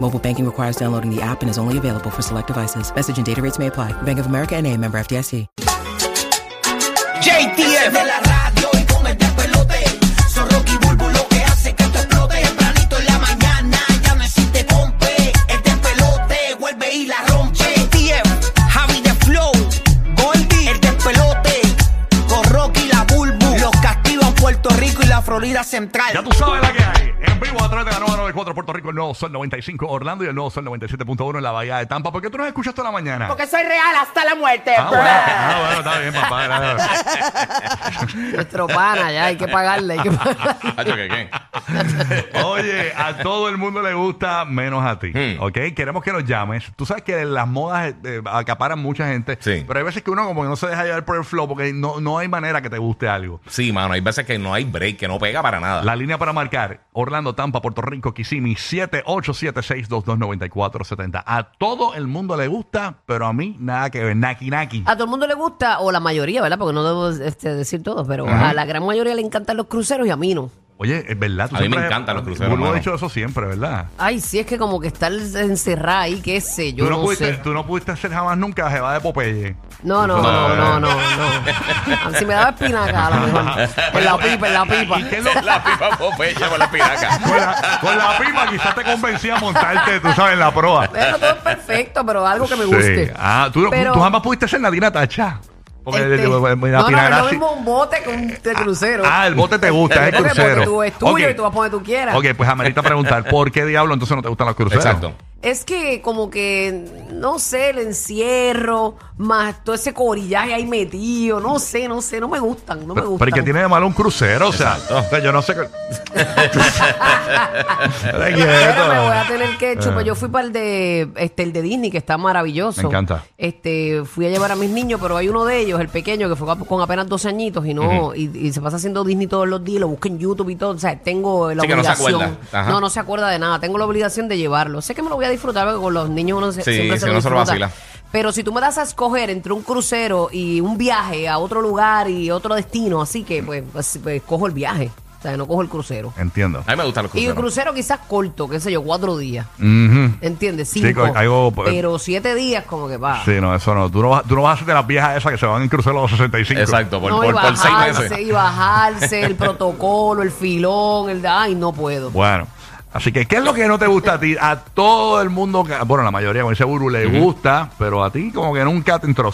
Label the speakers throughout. Speaker 1: Mobile banking requires downloading the app and is only available for select devices. Message and data rates may apply. Bank of America and a member FDIC.
Speaker 2: JTF de la radio y con el despelote. Son Rocky Bulbo lo que hace que esto explote. Tempranito en la mañana ya no existe compe. El despelote vuelve y la rompe. JTF, Javi de Flow, Goldie, el despelote. Con Rocky y la Bulbo. Los castigan Puerto Rico y la Florida Central.
Speaker 3: Ya tú sabes la que hay. En vivo a través de la 994 Puerto Rico, el nuevo Sol 95 Orlando y el nuevo Sol 97.1 en la Bahía de Tampa. ¿Por qué tú nos escuchas toda la mañana?
Speaker 4: Porque soy real hasta la muerte.
Speaker 3: Ah, bueno, ah, bueno, está bien, papá. gracias.
Speaker 5: Nuestro pana, ya hay que pagarle. hay que pagarle.
Speaker 6: Hacho, ¿qué, qué?
Speaker 3: Oye, a todo el mundo le gusta menos a ti.
Speaker 6: Hmm.
Speaker 3: ¿Ok? Queremos que nos llames. Tú sabes que las modas eh, acaparan mucha gente.
Speaker 6: Sí.
Speaker 3: Pero hay veces que uno como que no se deja llevar por el flow porque no, no hay manera que te guste algo.
Speaker 6: Sí, mano, hay veces que no hay break, que no pega para nada.
Speaker 3: La línea para marcar, Orlando, Tampa, Puerto Rico, Kissimmee, 787-622-9470. A todo el mundo le gusta, pero a mí nada que ver. Naki, naki.
Speaker 5: A todo el mundo le gusta, o la mayoría, ¿verdad? Porque no debo este, decir todos, pero a la gran mayoría le encantan los cruceros y a mí no.
Speaker 3: Oye, es verdad. tú
Speaker 6: A mí me
Speaker 3: siempre-
Speaker 6: encantan los cruceros,
Speaker 3: Bulbo ha
Speaker 6: mano.
Speaker 3: dicho eso siempre, ¿verdad?
Speaker 5: Ay, sí, es que como que estar encerrada ahí, qué sé, yo
Speaker 3: tú, no
Speaker 5: no,
Speaker 3: pudiste,
Speaker 5: sé.
Speaker 3: tú no pudiste hacer jamás nunca jeva de Popeye.
Speaker 5: No, no, no,
Speaker 6: No,
Speaker 5: no, no, no. Si me daba espinaca, a lo mejor. En la pipa, en la
Speaker 3: ¿Y
Speaker 5: pipa.
Speaker 3: qué es lo-
Speaker 6: La pipa Popeye con la
Speaker 3: con,
Speaker 6: piraca.
Speaker 3: la, con la pipa quizás te convencía a montarte, tú sabes, en la proa.
Speaker 5: Pero todo es perfecto, pero algo que me
Speaker 3: Sí.
Speaker 5: guste.
Speaker 3: Ah, tú, no-
Speaker 5: Pero-
Speaker 3: tú jamás pudiste ser Nadina Tacha. Porque
Speaker 5: Este,
Speaker 3: la
Speaker 5: no, no,
Speaker 3: Pina
Speaker 5: no, es lo
Speaker 3: Grassi-
Speaker 5: mismo un bote que un de crucero.
Speaker 3: Ah, el bote te gusta, es el
Speaker 5: Porque
Speaker 3: crucero.
Speaker 5: tú es tuyo
Speaker 3: Ok.
Speaker 5: y tú vas a poner tú quieras.
Speaker 3: Ok, pues amerita preguntar, ¿por qué diablo entonces no te gustan los cruceros?
Speaker 6: Exacto.
Speaker 5: Es que como que, no sé, el encierro, más todo ese corillaje ahí metido, no sé, no sé, no me gustan, no me
Speaker 3: Pero,
Speaker 5: gustan.
Speaker 3: pero ¿y qué tiene de malo un crucero? O sea, o sea, yo no sé. qué- Dale quieto.
Speaker 5: Pero me voy a tener que
Speaker 6: Eh.
Speaker 5: chupar. Yo fui para el de, este, el de Disney, que está maravilloso.
Speaker 3: Me encanta.
Speaker 5: Este, fui a llevar a mis niños, pero hay uno de ellos, el pequeño, que fue con apenas 12 añitos y no, y, y se pasa haciendo Disney todos los días, lo busca en YouTube y todo. O sea, tengo la
Speaker 6: Sí, que no se
Speaker 5: obligación.
Speaker 6: acuerda. Ajá.
Speaker 5: no, no se acuerda de nada. Tengo la obligación de llevarlo. Sé que me lo voy a disfrutar porque con los niños uno se,
Speaker 6: Sí,
Speaker 5: siempre
Speaker 6: sí,
Speaker 5: se lo
Speaker 6: uno se lo
Speaker 5: disfruta.
Speaker 6: vacila.
Speaker 5: Pero si tú me das a escoger entre un crucero y un viaje a otro lugar y otro destino, así que pues, pues, pues, cojo el viaje. O sea, no cojo el crucero.
Speaker 3: Entiendo.
Speaker 6: A mí me gustan los
Speaker 5: Y un
Speaker 6: cruceros.
Speaker 5: crucero quizás corto, qué sé yo, cuatro días.
Speaker 3: Ujú.
Speaker 5: ¿Entiendes?
Speaker 3: Sí,
Speaker 5: Cinco.
Speaker 3: co- algo-
Speaker 5: pero siete días como que va.
Speaker 3: Sí, no, eso no. Tú no vas, tú no vas a ser de las viejas esas que se van en crucero a los 65.
Speaker 6: Exacto, por,
Speaker 5: no, y
Speaker 6: por, por seis
Speaker 5: bajarse,
Speaker 6: meses.
Speaker 5: y bajarse, el protocolo, el filón, el... de- Ay, no puedo.
Speaker 3: Bueno. Así que, ¿qué es lo que no te gusta a ti? A todo el mundo, que- bueno, la mayoría con ese buru le gusta, pero a ti como que nunca te entró.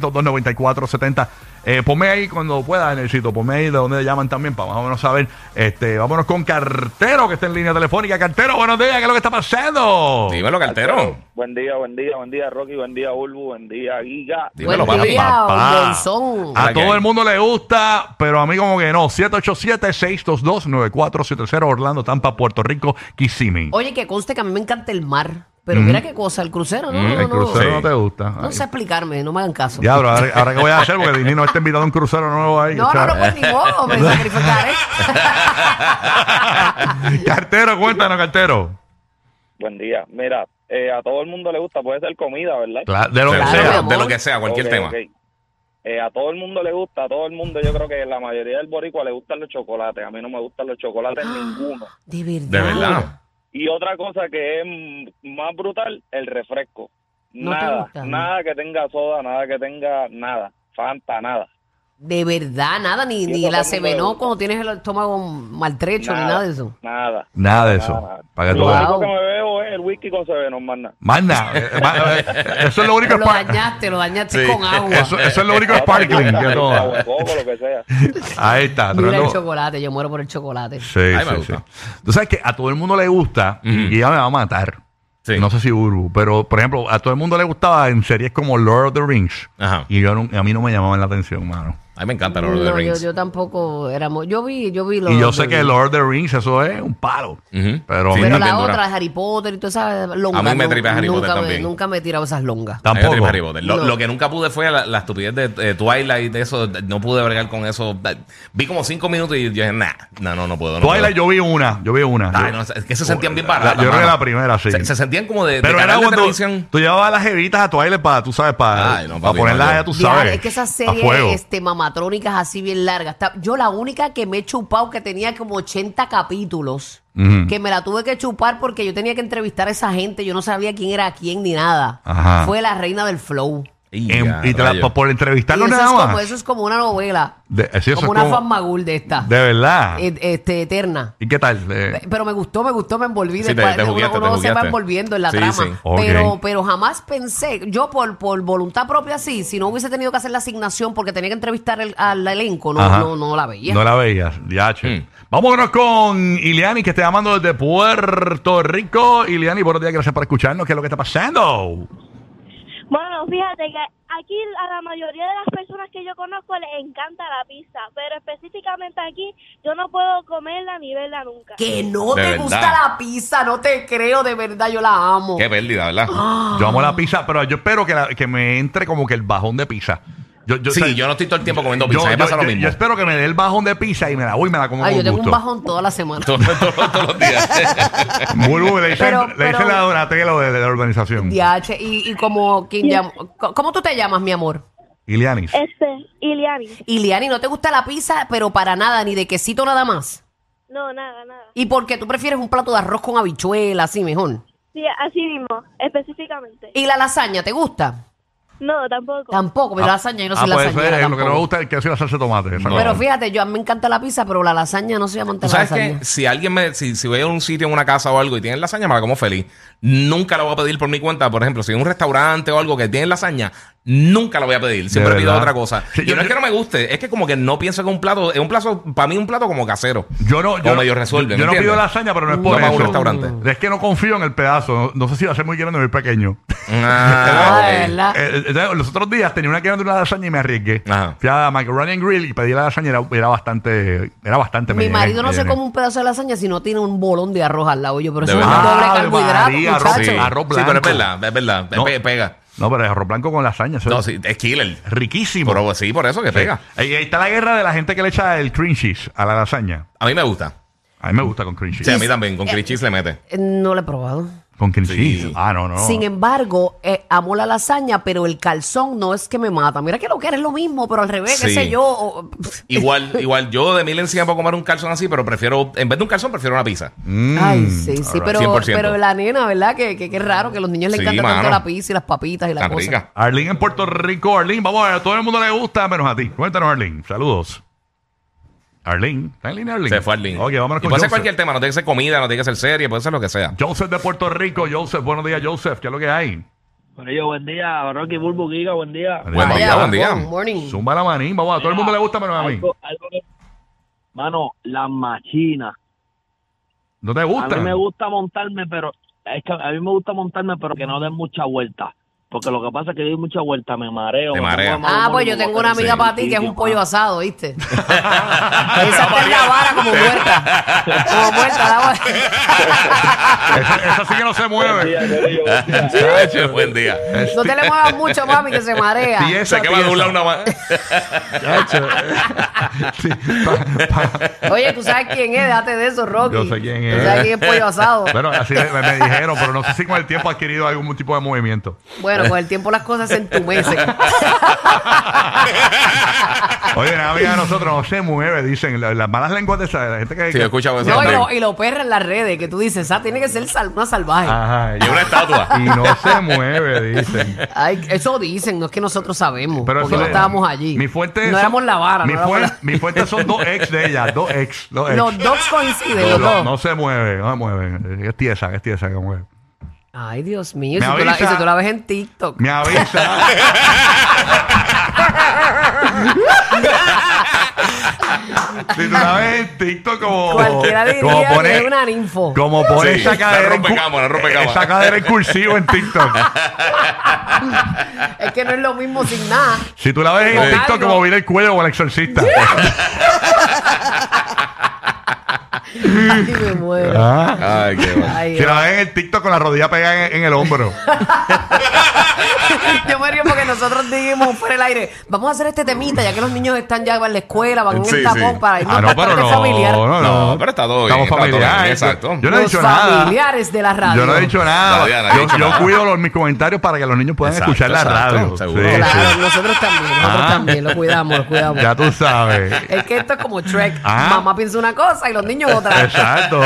Speaker 3: 787-622-9470. Eh, ponme ahí cuando puedas en el sitio, ponme ahí de donde te llaman también para más o menos saber. Este, vámonos con Cartero, que está en línea telefónica. Cartero, buenos días, ¿qué es lo que está pasando?
Speaker 6: Dímelo, cartero.
Speaker 7: Buen día, buen día, buen día, Rocky, buen día, Ulbu, buen día, Giga.
Speaker 6: Dímelo,
Speaker 5: Buen
Speaker 6: papi.
Speaker 5: día.
Speaker 3: Papá.
Speaker 5: Monzón.
Speaker 3: A
Speaker 6: Hola, ¿qué
Speaker 3: todo
Speaker 6: hay?
Speaker 3: el mundo le gusta, pero a mí como que no. 787-622-9470, Orlando, Tampa, Puerto Rico, Kissimmee.
Speaker 5: Oye, que conste que a mí me encanta el mar. Pero mira qué cosa, el crucero, no, no,
Speaker 3: Mm, el
Speaker 5: no.
Speaker 3: crucero no
Speaker 6: Sí.
Speaker 3: te gusta.
Speaker 5: No
Speaker 3: Ay,
Speaker 5: sé explicarme, no me hagan caso.
Speaker 3: Diablo, ahora, ahora qué voy a hacer porque Disney no está invitando a un crucero nuevo ahí.
Speaker 5: no, no, no, pues ni modo, me sacrificaré.
Speaker 3: cartero, cuéntanos, cartero.
Speaker 7: Buen día. Mira, eh, a todo el mundo le gusta, puede ser comida, ¿verdad?
Speaker 3: Cla- de lo
Speaker 6: De lo
Speaker 3: que
Speaker 6: que
Speaker 5: Claro, mi
Speaker 6: sea,
Speaker 3: sea.
Speaker 5: amor.
Speaker 6: de lo que sea, cualquier
Speaker 7: Ok,
Speaker 6: tema.
Speaker 7: ok. Eh, a todo el mundo le gusta, a todo el mundo, yo creo que la mayoría del boricua le gustan los chocolates, a mí no me gustan los chocolates ninguno.
Speaker 5: De verdad.
Speaker 6: De verdad.
Speaker 7: Y otra cosa que es mm, más brutal, el refresco.
Speaker 5: No te
Speaker 7: nada,
Speaker 5: gusta, ¿no?
Speaker 7: nada que tenga soda, nada que tenga nada, Fanta, nada.
Speaker 5: De verdad, nada, ni,
Speaker 7: Sí,
Speaker 5: ni
Speaker 7: eso
Speaker 5: la
Speaker 7: todo el mundo le
Speaker 5: semenó
Speaker 7: gusta.
Speaker 5: cuando tienes el estómago maltrecho, ni nada de eso.
Speaker 7: Nada.
Speaker 3: Nada de
Speaker 7: nada,
Speaker 3: eso.
Speaker 7: nada.
Speaker 3: Para que tú
Speaker 7: Lo
Speaker 3: veas.
Speaker 7: único que me veo es es el whisky con Sevenon, más nada.
Speaker 3: Manda. eh, ma- eh, Eso es lo único
Speaker 5: Lo
Speaker 3: spa-
Speaker 5: dañaste, lo dañaste
Speaker 6: Sí.
Speaker 5: con agua.
Speaker 3: e-, Eso, eso es lo único sparkling que
Speaker 7: Agua de
Speaker 3: todo.
Speaker 7: coco, lo que sea.
Speaker 3: Ahí está.
Speaker 5: Mira el
Speaker 3: tremendo.
Speaker 5: chocolate, yo muero por el chocolate.
Speaker 3: Sí,
Speaker 6: Ay, me
Speaker 3: sí, sí.
Speaker 6: gusta.
Speaker 3: Tú sabes que a todo el mundo le gusta y ella me va a matar.
Speaker 6: Sí.
Speaker 3: No sé si Urbu, pero por ejemplo, a todo el mundo le gustaba en series como Lord of the Rings.
Speaker 6: Ajá.
Speaker 3: Y yo nun- a mí no me llamaban la atención, mano.
Speaker 6: A mí me encanta Lord of the
Speaker 5: No, yo,
Speaker 6: Rings.
Speaker 5: yo tampoco era muy- Yo vi, yo vi
Speaker 3: y yo
Speaker 5: Lord
Speaker 3: sé
Speaker 5: of the
Speaker 3: que
Speaker 5: Rings.
Speaker 3: Lord of the Rings, eso es un palo.
Speaker 6: Ujú.
Speaker 3: Pero,
Speaker 6: Sí,
Speaker 3: a mí
Speaker 5: Pero
Speaker 6: bien
Speaker 5: la
Speaker 6: dura.
Speaker 5: otra, Harry Potter y todas esas longas.
Speaker 6: A mí me
Speaker 5: no-
Speaker 6: tripa Harry
Speaker 5: nunca
Speaker 6: Potter
Speaker 5: me-
Speaker 6: también.
Speaker 5: Nunca me he tirado esas longas.
Speaker 6: A mí me
Speaker 3: tampoco.
Speaker 6: tripa Harry Potter. Lo,
Speaker 5: No.
Speaker 6: lo que nunca pude fue la, la estupidez de eh, Twilight, de eso. de- No pude bregar con eso. Da- Vi como cinco minutos y yo dije, nah, no, no, no puedo. No
Speaker 3: Twilight, yo
Speaker 6: puedo.
Speaker 3: vi una, yo vi una.
Speaker 6: Ay,
Speaker 3: Yo-
Speaker 6: no, es que se sentían bien
Speaker 3: La-
Speaker 6: baratas.
Speaker 3: yo creo que
Speaker 6: mano.
Speaker 3: la primera, sí.
Speaker 6: Se, se sentían como de, de
Speaker 3: pero era
Speaker 6: canal de
Speaker 3: cuando
Speaker 6: televisión.
Speaker 3: tú llevabas las jevitas a Twilight para, tú sabes, para,
Speaker 6: Ay, no,
Speaker 3: para
Speaker 6: papi,
Speaker 3: ponerlas
Speaker 6: no, yo-
Speaker 3: allá, tú
Speaker 5: Diablo,
Speaker 3: sabes.
Speaker 5: es que esas
Speaker 3: a fuego.
Speaker 5: series este, mamatrónicas así bien largas. Está- Yo la única que me he chupado que tenía como 80 capítulos,
Speaker 3: Ujú.
Speaker 5: que me la tuve que chupar porque yo tenía que entrevistar a esa gente, yo no sabía quién era quién ni nada.
Speaker 3: Ajá.
Speaker 5: Fue la reina del flow.
Speaker 6: Y,
Speaker 3: En-
Speaker 6: ya,
Speaker 3: y te la-
Speaker 6: rayos.
Speaker 3: por entrevistarlo
Speaker 5: Y eso,
Speaker 3: nada
Speaker 5: es
Speaker 3: más.
Speaker 5: como, eso es como una novela,
Speaker 3: De- eh, sí, eso
Speaker 5: como
Speaker 3: es
Speaker 5: una
Speaker 3: como-
Speaker 5: fanmagul de esta,
Speaker 3: De verdad.
Speaker 5: eh, este, eterna.
Speaker 3: ¿Y qué tal? Eh,
Speaker 5: Pero me gustó, me gustó, me envolví.
Speaker 6: Sí,
Speaker 5: después,
Speaker 6: te- te
Speaker 5: uno-
Speaker 6: jugueaste,
Speaker 5: uno
Speaker 6: te
Speaker 5: se va
Speaker 6: jugueaste.
Speaker 5: envolviendo en la
Speaker 6: Sí,
Speaker 5: trama.
Speaker 6: sí.
Speaker 3: Ok.
Speaker 5: Pero, pero jamás pensé, yo por, por voluntad propia sí, si no hubiese tenido que hacer la asignación porque tenía que entrevistar el- al elenco, no,
Speaker 3: Ajá.
Speaker 5: no, no la veía.
Speaker 3: No la veías, diache.
Speaker 6: Mm.
Speaker 3: Vámonos con Iliani, que está llamando desde Puerto Rico. Iliani, buenos días, gracias por escucharnos. ¿Qué es lo que está pasando?
Speaker 8: Bueno, fíjate que aquí a la mayoría de las personas que yo conozco les encanta la pizza, pero específicamente aquí yo no puedo comerla ni verla nunca.
Speaker 5: Que no
Speaker 6: De
Speaker 5: te
Speaker 6: verdad.
Speaker 5: gusta la pizza, no te creo, de verdad, yo la amo.
Speaker 6: Qué pérdida, ¿verdad?
Speaker 3: Yo amo
Speaker 5: Ah.
Speaker 3: la pizza, pero yo espero que, la- que me entre como que el bajón de pizza. Yo, yo,
Speaker 6: sí,
Speaker 3: o sea,
Speaker 6: yo no estoy todo el tiempo comiendo pizza. me pasa lo
Speaker 3: yo-
Speaker 6: mismo.
Speaker 3: yo espero que me dé el bajón de pizza y me la voy y me la como
Speaker 5: Ay, yo
Speaker 3: con
Speaker 5: tengo
Speaker 3: gusto.
Speaker 5: un bajón toda la semana.
Speaker 6: Todo- todo- todo- todos los días.
Speaker 3: Vuelvo y le dicen,
Speaker 5: Pero-
Speaker 3: le dicen
Speaker 5: pero-
Speaker 3: la Donatello de, de la organización.
Speaker 5: Diache, y, y como quien llam- co- ¿cómo tú te llamas, mi amor?
Speaker 3: Ilianis.
Speaker 5: Eh,
Speaker 8: Este, Iliani.
Speaker 5: Iliani, no te gusta la pizza, pero para nada, ni de quesito nada más.
Speaker 8: No, nada, nada.
Speaker 5: ¿Y por qué tú prefieres un plato de arroz con habichuela, así mejor?
Speaker 8: Sí, así mismo, específicamente.
Speaker 5: ¿Y la lasaña te gusta?
Speaker 8: No, tampoco.
Speaker 5: Tampoco, pero
Speaker 3: Ah,
Speaker 5: lasaña, yo no
Speaker 3: ah,
Speaker 5: soy
Speaker 3: pues eso
Speaker 5: lasañera
Speaker 3: es lo que no me
Speaker 5: tampoco.
Speaker 3: gusta es que soy la salsa de tomate. esa
Speaker 6: No.
Speaker 3: cosa.
Speaker 5: Pero fíjate, yo a mí me encanta la pizza, pero la lasaña no soy amante
Speaker 6: ¿Tú
Speaker 5: de la
Speaker 6: sabes
Speaker 5: lasaña.
Speaker 6: que si alguien me, si, si voy a un sitio, en una casa o algo y tienen lasaña, me la como feliz. Nunca la voy a pedir por mi cuenta. Por ejemplo, si en un restaurante o algo que tienen lasaña, nunca la voy a pedir. Siempre pido
Speaker 3: verdad?
Speaker 6: otra cosa.
Speaker 3: Sí,
Speaker 6: y
Speaker 3: yo-
Speaker 6: no es
Speaker 3: yo-
Speaker 6: que no me guste, es que como que no pienso que un plato, es un plato, para mí un plato como casero.
Speaker 3: Yo no, yo,
Speaker 6: o medio resuelve.
Speaker 3: yo
Speaker 6: ¿me
Speaker 3: no pido
Speaker 6: entiendes?
Speaker 3: lasaña, pero no es
Speaker 6: No
Speaker 3: por
Speaker 6: para
Speaker 3: eso.
Speaker 6: un restaurante.
Speaker 3: Es que no confío en el pedazo. No, no sé si va a ser muy grande o muy pequeño.
Speaker 6: Ah,
Speaker 5: Ah,
Speaker 6: ok.
Speaker 5: ¿verdad?
Speaker 3: Eh, eh, entonces, los otros días tenía una que era de una lasaña y me arriesgué.
Speaker 6: Ajá.
Speaker 3: Fui a Macaroni and Grill y pedí la lasaña y era, era bastante. Era bastante. este me
Speaker 5: Mi
Speaker 3: llené,
Speaker 5: marido no
Speaker 3: me
Speaker 5: se
Speaker 3: llené.
Speaker 5: come un pedazo de lasaña si no tiene un bolón de arroz al lado. Yo, pero
Speaker 6: De
Speaker 5: eso es un
Speaker 6: verdad.
Speaker 5: doble
Speaker 3: Ave
Speaker 5: carbohidrato,
Speaker 3: Ah, María,
Speaker 5: muchacho.
Speaker 3: arroz-
Speaker 6: Sí.
Speaker 3: arroz
Speaker 6: Sí, pero es
Speaker 3: blanco.
Speaker 6: verdad, es verdad.
Speaker 3: No.
Speaker 6: Pe- pega.
Speaker 3: No, pero el arroz blanco con lasaña. Eso
Speaker 6: No,
Speaker 3: es
Speaker 6: sí, es killer.
Speaker 3: riquísimo.
Speaker 6: Pero sí, por eso que
Speaker 3: Sí.
Speaker 6: pega.
Speaker 3: Ahí, ahí está la guerra de la gente que le echa el cream cheese a la lasaña.
Speaker 6: A mí me gusta.
Speaker 3: A mí me gusta con cream cheese.
Speaker 6: Sí, a mí también. Con crichis le mete.
Speaker 5: Eh, No lo he probado.
Speaker 3: Con cream
Speaker 6: Sí.
Speaker 3: cheese. Ah, no, no.
Speaker 5: Sin embargo, eh, amo la lasaña, pero el calzón no es que me mata. Mira que lo que eres lo mismo, pero al revés, qué
Speaker 6: Sí.
Speaker 5: sé yo. o-
Speaker 6: Igual, igual, yo de mil encima puedo comer un calzón así, pero prefiero, en vez de un calzón, prefiero una pizza.
Speaker 3: Mm,
Speaker 5: Ay, sí, sí,
Speaker 6: alright.
Speaker 5: pero,
Speaker 6: 100%.
Speaker 5: pero la nena, ¿verdad? Que, que, que raro que a los niños les
Speaker 6: Sí,
Speaker 5: encanta tanto
Speaker 6: mano.
Speaker 5: la pizza y las papitas y la
Speaker 6: Tan
Speaker 5: cosa.
Speaker 6: rica.
Speaker 3: Arlene en Puerto Rico, Arlene, vamos a ver, a todo el mundo le gusta, menos a ti. Cuéntanos, Arlene. Saludos. Arlene, ¿está en línea Arlene?
Speaker 6: Se fue al link.
Speaker 3: Ok, vámonos con
Speaker 6: y puede ser
Speaker 3: Joseph.
Speaker 6: cualquier tema, no tiene que ser comida, no tiene que ser serie, puede ser lo que sea.
Speaker 3: Joseph de Puerto Rico, Joseph, buenos días, Joseph, ¿qué es lo que hay?
Speaker 9: Bueno, yo, buen día, Rocky Bulbo Giga, buen día.
Speaker 6: Buen
Speaker 5: Vaya,
Speaker 6: día, buen día.
Speaker 5: good morning.
Speaker 3: Zumba la manín, vamos a todo el mundo le gusta, menos a mí.
Speaker 7: pues,
Speaker 9: Algo- algo que- Mano, las machinas.
Speaker 3: ¿No te
Speaker 9: A
Speaker 3: gusta?
Speaker 9: mí me gusta montarme, pero es que a mí me gusta montarme, pero que no den mucha vuelta. Porque lo que pasa es que doy mucha vuelta, me mareo.
Speaker 6: Te
Speaker 9: me pongo
Speaker 6: marea.
Speaker 9: de mal
Speaker 5: Ah,
Speaker 9: humor
Speaker 5: pues
Speaker 9: y
Speaker 5: yo
Speaker 9: me
Speaker 5: tengo
Speaker 9: voy
Speaker 5: una
Speaker 9: a hacer
Speaker 5: amiga para ti que es
Speaker 9: ejercicio,
Speaker 5: un pollo
Speaker 9: mano.
Speaker 5: asado, ¿viste? Esa está en la vara como muerta. Como muerta la vara.
Speaker 3: Esa, esa sí que no se
Speaker 7: Buen día,
Speaker 3: mueve. Este,
Speaker 7: Corillo, buen día.
Speaker 6: Chacho, buen día.
Speaker 5: No te le muevas mucho, mami, que se marea.
Speaker 3: Tiesa,
Speaker 6: Se quema de un
Speaker 3: tiesa.
Speaker 6: lado una más.
Speaker 3: Chacho. Sí, pa- pa-
Speaker 5: Oye, tú sabes quién es, déjate de eso, Rocky.
Speaker 3: Yo sé quién
Speaker 5: Tú
Speaker 3: es.
Speaker 5: sabes quién es pollo asado.
Speaker 3: Bueno, así me, me dijeron, pero no sé si con el tiempo ha adquirido algún tipo de movimiento.
Speaker 5: Bueno, con el tiempo las cosas se entumecen.
Speaker 3: Oye, una amiga de nosotros no se mueve, dicen la- las malas lenguas de esa, la gente que...
Speaker 6: Sí, yo he escuchado eso
Speaker 5: No, y
Speaker 6: también.
Speaker 5: lo, y lo perra en las redes, que tú dices, esa tiene que ser sal- una
Speaker 6: Ah,
Speaker 5: salvaje.
Speaker 3: Ajá,
Speaker 6: Y una estatua.
Speaker 3: Y no se mueve, dicen.
Speaker 5: Ay, eso dicen, no es que nosotros sabemos,
Speaker 3: Pero
Speaker 5: porque
Speaker 3: eso
Speaker 5: no
Speaker 3: es-
Speaker 5: estábamos allí.
Speaker 3: Mi fuente
Speaker 5: no
Speaker 3: son-
Speaker 5: éramos la vara.
Speaker 3: Mi,
Speaker 5: no éramos
Speaker 3: fuen-
Speaker 5: la-
Speaker 3: mi fuente son dos ex de ella, dos ex. Dos ex.
Speaker 5: Los dos coinciden,
Speaker 3: No,
Speaker 5: los
Speaker 3: no,
Speaker 5: dos.
Speaker 3: no se mueve, no se mueve. Es tiesa, es tiesa que mueve.
Speaker 5: Ay, Dios mío.
Speaker 3: Me
Speaker 5: si tú la-
Speaker 3: avisa.
Speaker 5: y si tú la ves en TikTok.
Speaker 3: Me avisa. si tú la ves en TikTok como.
Speaker 5: Cualquiera diría
Speaker 3: como
Speaker 5: que
Speaker 3: pone-
Speaker 5: es una ninfo.
Speaker 3: Como pone
Speaker 6: Sí,
Speaker 3: esa cadera.
Speaker 6: la
Speaker 3: en
Speaker 6: rompe
Speaker 3: cu-
Speaker 6: cámara, rompe cámara.
Speaker 3: Esa cadera en cursivo en TikTok.
Speaker 5: Es que no es lo mismo sin nada.
Speaker 3: Si tú la ves en
Speaker 5: Con
Speaker 3: TikTok
Speaker 5: algo.
Speaker 3: como vira el cuello o el exorcista.
Speaker 5: Ay, me muero.
Speaker 3: Ah.
Speaker 6: Ay, qué mal.
Speaker 5: Ay,
Speaker 3: Si la ves en el TikTok con la rodilla pegada en, en el hombro.
Speaker 5: Yo me río porque nosotros dijimos fuera el aire, vamos a hacer este temita, ya que los niños están ya en la escuela, van en
Speaker 6: Sí,
Speaker 5: el
Speaker 6: sí.
Speaker 5: tapón para irnos
Speaker 3: Ah, no,
Speaker 5: para
Speaker 3: pero
Speaker 5: parte
Speaker 3: no.
Speaker 5: familiar.
Speaker 3: No,
Speaker 6: No, pero está todo bien,
Speaker 3: Estamos
Speaker 6: está todo bien,
Speaker 3: familiares.
Speaker 6: exacto.
Speaker 3: Yo no he
Speaker 5: los
Speaker 3: dicho nada.
Speaker 5: familiares de la radio.
Speaker 3: Yo no he dicho nada.
Speaker 6: Nadie, nadie ha
Speaker 3: yo
Speaker 6: dicho
Speaker 3: yo
Speaker 6: nada.
Speaker 3: cuido los, mis comentarios para que los niños puedan
Speaker 6: Exacto,
Speaker 3: escuchar la
Speaker 6: exacto,
Speaker 3: radio.
Speaker 6: seguro.
Speaker 3: Sí,
Speaker 5: Claro,
Speaker 3: sí.
Speaker 5: nosotros también, nosotros
Speaker 3: Ah.
Speaker 5: también, lo cuidamos, lo cuidamos.
Speaker 3: Ya tú sabes.
Speaker 5: Es que esto es como Trek.
Speaker 3: Ah.
Speaker 5: Mamá piensa una cosa y los niños otra.
Speaker 3: Exacto.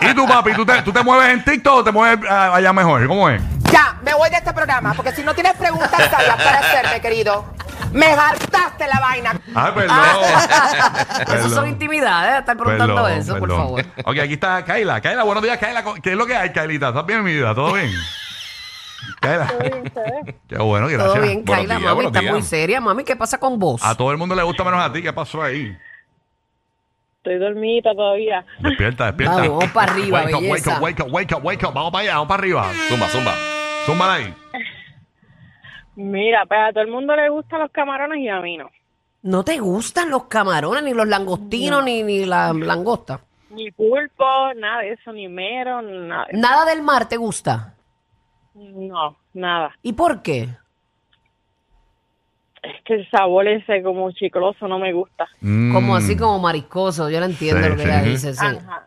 Speaker 3: ¿Y tú, papi? ¿Tú te, tú te mueves en TikTok o te mueves ah, allá mejor? ¿Cómo es?
Speaker 4: Ya, me voy de este programa, porque si no tienes preguntas sabias para hacerme, querido. Me hartaste la vaina.
Speaker 3: Ah, perdón.
Speaker 5: Eso
Speaker 3: Perdón.
Speaker 5: son intimidades, estar preguntando
Speaker 3: Perdón,
Speaker 5: eso, por
Speaker 3: perdón.
Speaker 5: favor.
Speaker 3: Ok, aquí está Kaila. Kaila, buenos días, Kaila. ¿Qué es lo que hay, Kailita? ¿Estás bien, mi vida? ¿Todo bien? Kaila. Qué bueno, gracias.
Speaker 5: Todo bien,
Speaker 6: Buenos
Speaker 5: Kaila,
Speaker 6: días,
Speaker 5: mami,
Speaker 6: buenos
Speaker 5: está
Speaker 6: días.
Speaker 5: muy seria. Mami, ¿qué pasa con vos?
Speaker 3: A todo el mundo le gusta menos a ti. ¿Qué pasó ahí?
Speaker 8: Estoy dormida todavía.
Speaker 3: Despierta, despierta.
Speaker 5: Vamos, vamos para arriba,
Speaker 3: wake up, wake
Speaker 5: belleza.
Speaker 3: up, wake up, wake up, wake up. Vamos para allá, vamos para arriba.
Speaker 6: Zumba, zumba.
Speaker 3: Zumba ahí.
Speaker 8: Mira, pues a todo el mundo le gustan los camarones y a mí no.
Speaker 5: ¿No te gustan los camarones, ni los langostinos, ni, ni la langosta?
Speaker 8: Ni pulpo, nada de eso, ni mero, nada. de eso.
Speaker 5: ¿Nada del mar te gusta?
Speaker 8: No, nada.
Speaker 5: ¿Y por qué?
Speaker 8: Es que el sabor ese como chicloso no me gusta.
Speaker 3: Mm,
Speaker 5: Como así como mariscoso, yo no entiendo
Speaker 3: Sí,
Speaker 5: lo que ella
Speaker 3: sí.
Speaker 5: dice. sí.
Speaker 8: Ajá.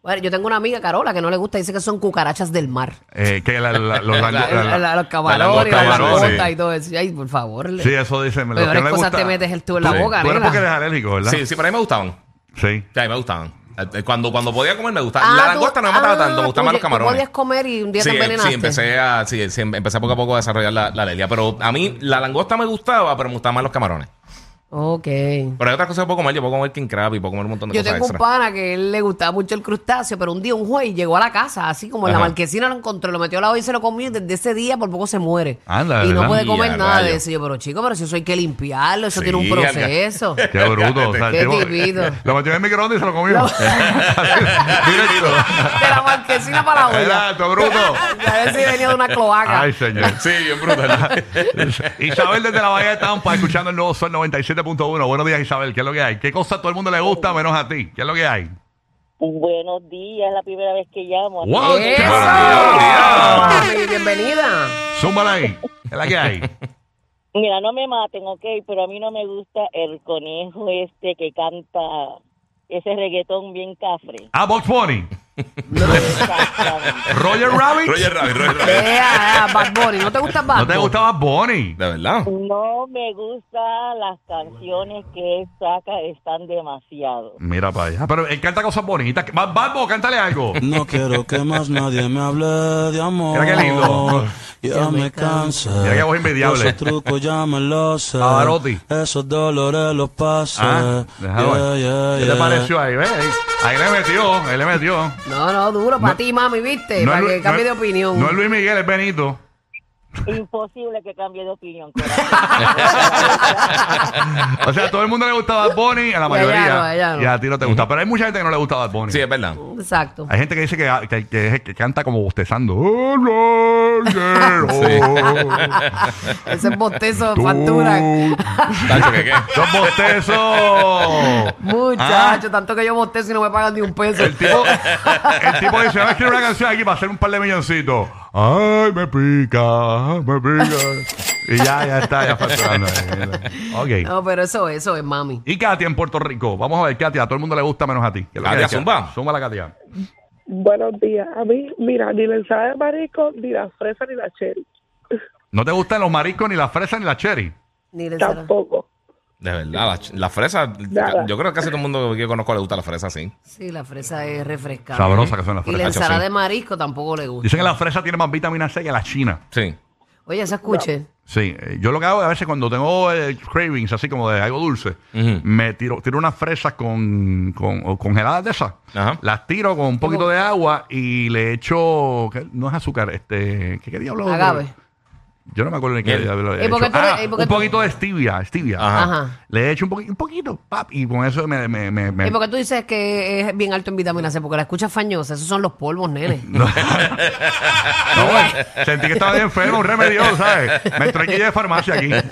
Speaker 5: Bueno, yo tengo una amiga, Carola, que no le gusta, dice que son cucarachas del mar.
Speaker 3: Eh, que la, la- los lango-
Speaker 6: La-
Speaker 3: la- la-
Speaker 5: La- los camarones,
Speaker 6: langosta,
Speaker 5: las
Speaker 6: camarones,
Speaker 5: langostas
Speaker 6: sí.
Speaker 5: y todo eso. Ay, por favor. le-
Speaker 3: Sí, eso dicen. Los que
Speaker 5: Peores
Speaker 3: no le
Speaker 5: cosas
Speaker 3: gusta-
Speaker 5: te metes el tubo en la
Speaker 3: Sí.
Speaker 5: boca,
Speaker 3: Tú eres
Speaker 5: nena.
Speaker 3: porque eres alérgico, ¿verdad?
Speaker 6: Sí, sí, pero a mí me gustaban.
Speaker 3: Sí.
Speaker 6: Sí, a mí me gustaban. Eh, Cuando, cuando podía comer me gustaba.
Speaker 5: Ah,
Speaker 6: la
Speaker 5: tú-
Speaker 6: langosta no me mataba
Speaker 5: ah,
Speaker 6: tanto, me gustaban más
Speaker 5: tú
Speaker 6: los camarones.
Speaker 5: podías comer y un día
Speaker 6: Sí,
Speaker 5: te
Speaker 6: eh,
Speaker 5: envenenaste.
Speaker 6: sí, empecé a, sí, sí, em- empecé poco a poco a desarrollar la, la alergia. Pero a mí la langosta me gustaba, pero me gustaban más los camarones.
Speaker 5: Ok.
Speaker 6: Pero hay otras cosas que puedo comer. Yo puedo comer king crab y puedo comer un montón de
Speaker 5: Yo
Speaker 6: cosas
Speaker 5: tengo un
Speaker 6: extra.
Speaker 5: pana que él le gustaba mucho el crustáceo, pero un día un juez llegó a la casa, así como en la
Speaker 6: Ajá.
Speaker 5: marquesina lo encontró, lo metió a la olla y se lo comió y desde ese día por poco se muere.
Speaker 3: Anda,
Speaker 5: y no
Speaker 3: ¿verdad?
Speaker 5: puede
Speaker 6: Y a
Speaker 5: comer nada de
Speaker 6: rayos.
Speaker 5: eso. Yo, pero chico, pero si eso hay que limpiarlo, eso
Speaker 6: Sí,
Speaker 5: tiene un
Speaker 6: alga-
Speaker 5: proceso.
Speaker 3: Qué bruto. o sea, el
Speaker 5: Qué
Speaker 3: tipo-
Speaker 5: divino.
Speaker 3: Lo metió en el microondas y se lo comió.
Speaker 5: No.
Speaker 3: Directo.
Speaker 5: de la marquesina para la olla.
Speaker 3: Exacto, bruto.
Speaker 5: A ver si venía de una cloaca.
Speaker 3: Ay, señor.
Speaker 6: Sí, bien brutal.
Speaker 3: Isabel desde la Bahía de Tampa, escuchando el nuevo Sol 97.1. Buenos días, Isabel. ¿Qué es lo que hay? ¿Qué cosa a todo el mundo le gusta menos a ti? ¿Qué es lo que hay?
Speaker 8: Buenos días, es la primera vez que llamo.
Speaker 3: ¡Wow!
Speaker 5: ¡Eso! Mami, Bienvenida.
Speaker 3: Súmala ahí. ¿Qué es la que hay?
Speaker 8: Mira, no me maten, ok, pero a mí no me gusta el conejo este que canta ese reggaetón bien cafre.
Speaker 3: Ah, Box Bunny.
Speaker 8: Exactamente.
Speaker 3: Roger Rabbit.
Speaker 6: Roger Rabbit, Roger Rabbit.
Speaker 5: Vea, vea, Bad Bunny, ¿no te gusta Bad
Speaker 3: ¿No te
Speaker 5: Bunny?
Speaker 3: gustaba Bonnie?
Speaker 6: De verdad.
Speaker 8: No me gustan las canciones que él saca, están demasiado.
Speaker 3: Mira para allá. Pero él canta cosas bonitas. Bad Barbo, cántale algo.
Speaker 10: No quiero que más nadie me hable de amor.
Speaker 3: Mira qué lindo.
Speaker 10: Ya me cansé.
Speaker 3: Mira qué voz envidiable.
Speaker 10: Esos trucos ya me los sé.
Speaker 3: Pavarotti.
Speaker 10: Esos dolores los pasé.
Speaker 3: Ah, déjalo
Speaker 10: Yeah,
Speaker 3: ahí.
Speaker 10: yeah,
Speaker 3: ¿Qué
Speaker 10: yeah.
Speaker 3: te pareció ahí? ¿Ves? Ahí, ahí le metió, ahí le metió.
Speaker 5: No, no, duro para
Speaker 3: No-
Speaker 5: ti, mami, ¿viste?
Speaker 3: No es
Speaker 5: para
Speaker 3: Lu-
Speaker 5: que cambie
Speaker 3: no
Speaker 5: de
Speaker 3: es-
Speaker 5: opinión.
Speaker 3: No es Luis Miguel, es Benito.
Speaker 8: Imposible que cambie de opinión.
Speaker 3: o sea, a todo el mundo le gusta Bad Bunny, a la
Speaker 5: Y a ella
Speaker 3: mayoría.
Speaker 5: no, a ella no.
Speaker 3: Y a ti no te gusta. Pero hay mucha gente que no le gusta Bad Bunny.
Speaker 6: Sí, es verdad.
Speaker 5: Exacto.
Speaker 3: Hay gente que dice que, que, que- que canta como bostezando. Oh, no, no.
Speaker 5: Ese bostezo
Speaker 3: Tú-
Speaker 5: de factura.
Speaker 6: Tacho, ¿qué, qué?
Speaker 3: Son bostezos.
Speaker 5: Muchacho, tanto que yo bostezo y no me pagan ni un peso.
Speaker 3: Ah. El tipo, el tipo dice, voy a escribir una canción aquí para hacer un par de milloncitos. Ay, me pica, me pica. Y ya, ya está, ya facturando. Ok.
Speaker 5: No, pero eso, eso es mami.
Speaker 3: Y Katia en Puerto Rico. Vamos a ver, Katia, a todo el mundo le gusta menos a ti. ¿Qué es lo que
Speaker 6: Katia,
Speaker 3: hay,
Speaker 6: zumba.
Speaker 3: Zumba la Katia.
Speaker 11: Buenos días. A mí, mira, ni la ensalada de marisco, ni la fresa, ni la cherry.
Speaker 3: No te gustan los mariscos, ni las fresas, ni las cherry.
Speaker 5: Ni le será.
Speaker 11: Tampoco.
Speaker 6: De verdad. la- La fresa.
Speaker 11: Nada.
Speaker 6: Yo creo que casi todo el mundo que yo conozco le gusta la fresa, sí.
Speaker 5: Sí, la fresa es refrescante.
Speaker 3: Sabrosa que son las
Speaker 5: Y la
Speaker 3: fresas.
Speaker 6: Tacho,
Speaker 5: ensalada
Speaker 6: sí.
Speaker 5: de marisco tampoco le gusta.
Speaker 3: Dicen que la fresa tiene más vitamina C que la china.
Speaker 6: Sí.
Speaker 5: Oye, se escuche.
Speaker 3: Sí, eh, yo lo que hago a veces cuando tengo eh, cravings, así como de algo dulce, me tiro, tiro unas fresas con, con- o congeladas de esas, las tiro con un poquito de agua y le echo, ¿qué? no es azúcar, este, ¿qué, qué diablo?
Speaker 5: Agave.
Speaker 3: Yo no me acuerdo ni qué
Speaker 6: Miel.
Speaker 3: diablo le
Speaker 5: ¿Y
Speaker 3: he
Speaker 5: por qué
Speaker 3: hecho.
Speaker 5: tú le-
Speaker 3: Ah,
Speaker 5: y por qué
Speaker 3: un
Speaker 5: tú-
Speaker 3: poquito de stevia, stevia.
Speaker 5: Ajá.
Speaker 3: Le echo un, poqui- un poquito, pap, y con eso me... me, me, me-
Speaker 5: ¿Y por qué tú dices que es bien alto en vitamina C? Porque la escuchas fañosa. Esos son los polvos, nene.
Speaker 3: No, eh, sentí que estaba bien enfermo, un remedio, ¿sabes? Me entregué de farmacia aquí.
Speaker 5: De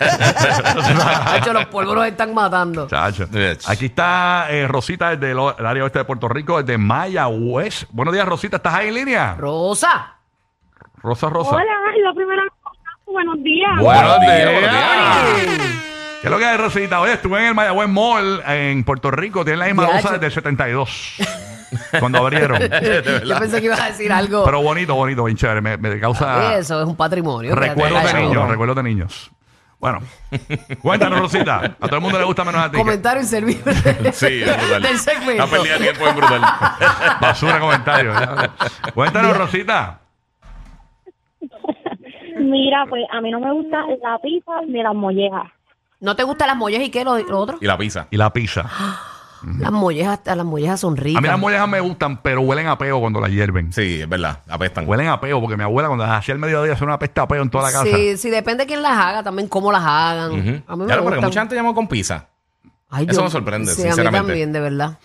Speaker 5: hecho, los polvos los están matando.
Speaker 3: Chacho. Aquí está eh, Rosita desde el, o- el área oeste de Puerto Rico, desde Mayagüez. Buenos días, Rosita. ¿Estás ahí en línea?
Speaker 5: Rosa.
Speaker 3: Rosa, Rosa.
Speaker 8: Hola, la primera buenos días.
Speaker 3: Buenos días. ¿Qué es lo que hay, Rosita? Oye, estuve en el Mayagüez Mall en Puerto Rico. Tienen la misma
Speaker 5: Ya,
Speaker 3: rosa
Speaker 5: yo-
Speaker 3: desde el 72. cuando abrieron.
Speaker 5: Yo pensé que ibas a decir algo.
Speaker 3: Pero bonito, bonito, bien chévere. Me, me causa
Speaker 5: Eso es un patrimonio.
Speaker 3: recuerdos de
Speaker 5: Espérate,
Speaker 3: niños,
Speaker 5: calla.
Speaker 3: recuerdos de niños. Bueno, cuéntanos, Rosita. A todo el mundo le gusta menos a ti.
Speaker 5: Comentario inservible.
Speaker 6: Sí, es brutal.
Speaker 5: Del segmento.
Speaker 6: eh, La pérdida de tiempo es brutal.
Speaker 3: Basura de comentarios. ¿verdad? Cuéntanos, Rosita.
Speaker 8: Mira, pues a mí no me gusta la pizza ni las mollejas.
Speaker 5: ¿No te gustan las mollejas y qué? Lo, lo otro?
Speaker 6: Y la pizza.
Speaker 3: Y la pizza.
Speaker 5: Las mollejas, las mollejas son ricas.
Speaker 3: A mí las mollejas me gustan, pero huelen a peo cuando las hierven.
Speaker 6: Sí, es verdad. Apestan.
Speaker 3: Huelen a peo, porque mi abuela cuando las hacía al mediodía hacía una pesta a peo en toda la casa.
Speaker 5: Sí, sí, depende de quién las haga, también cómo las hagan.
Speaker 6: Ujú.
Speaker 5: A mí me
Speaker 6: Ya lo porque
Speaker 5: gustan.
Speaker 6: mucha gente llamó con pizza.
Speaker 5: Ay,
Speaker 6: Eso
Speaker 5: yo-
Speaker 6: me sorprende,
Speaker 5: sí, A mí
Speaker 6: sinceramente.
Speaker 5: también, de verdad.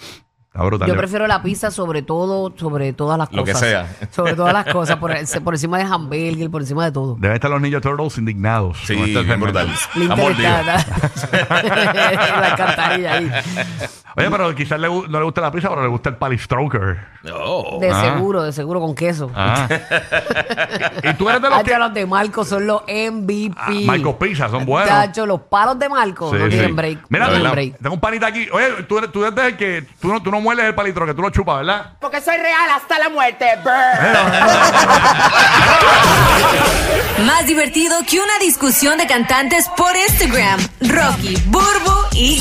Speaker 3: Está brutal.
Speaker 5: Yo prefiero la pizza sobre todo, sobre todas las
Speaker 6: Lo que
Speaker 5: cosas.
Speaker 6: sea.
Speaker 5: Sobre todas las cosas, por, por encima de hamburger, por encima de todo.
Speaker 3: Deben estar los Ninja Turtles indignados.
Speaker 6: Sí,
Speaker 3: con este
Speaker 6: bien
Speaker 3: segmento.
Speaker 6: brutal.
Speaker 5: Splinter
Speaker 6: Amor,
Speaker 5: está- está- la alcantarilla ahí.
Speaker 3: Oye, pero quizás le gu- no le gusta la pizza, pero le gusta el palistroker.
Speaker 5: De
Speaker 3: Ah.
Speaker 5: seguro, de seguro con queso.
Speaker 3: Ah. y tú eres de los
Speaker 5: Tacho,
Speaker 3: que...
Speaker 5: los de Marco son los MVP.
Speaker 3: Ah, Marcos Pizza, son buenos.
Speaker 5: Tacho, los palos de Marco
Speaker 3: Sí,
Speaker 5: no tienen
Speaker 3: sí.
Speaker 5: break.
Speaker 3: Mira,
Speaker 5: no
Speaker 3: tú-
Speaker 5: tienen break.
Speaker 3: tengo un panita aquí. Oye, tú, eres- tú eres del que... Tú no, tú no mueles el palistroker, tú lo chupas, ¿verdad?
Speaker 4: Porque soy real hasta la muerte. Brr.
Speaker 12: Más divertido que una discusión de cantantes por Instagram. Rocky, Burbu y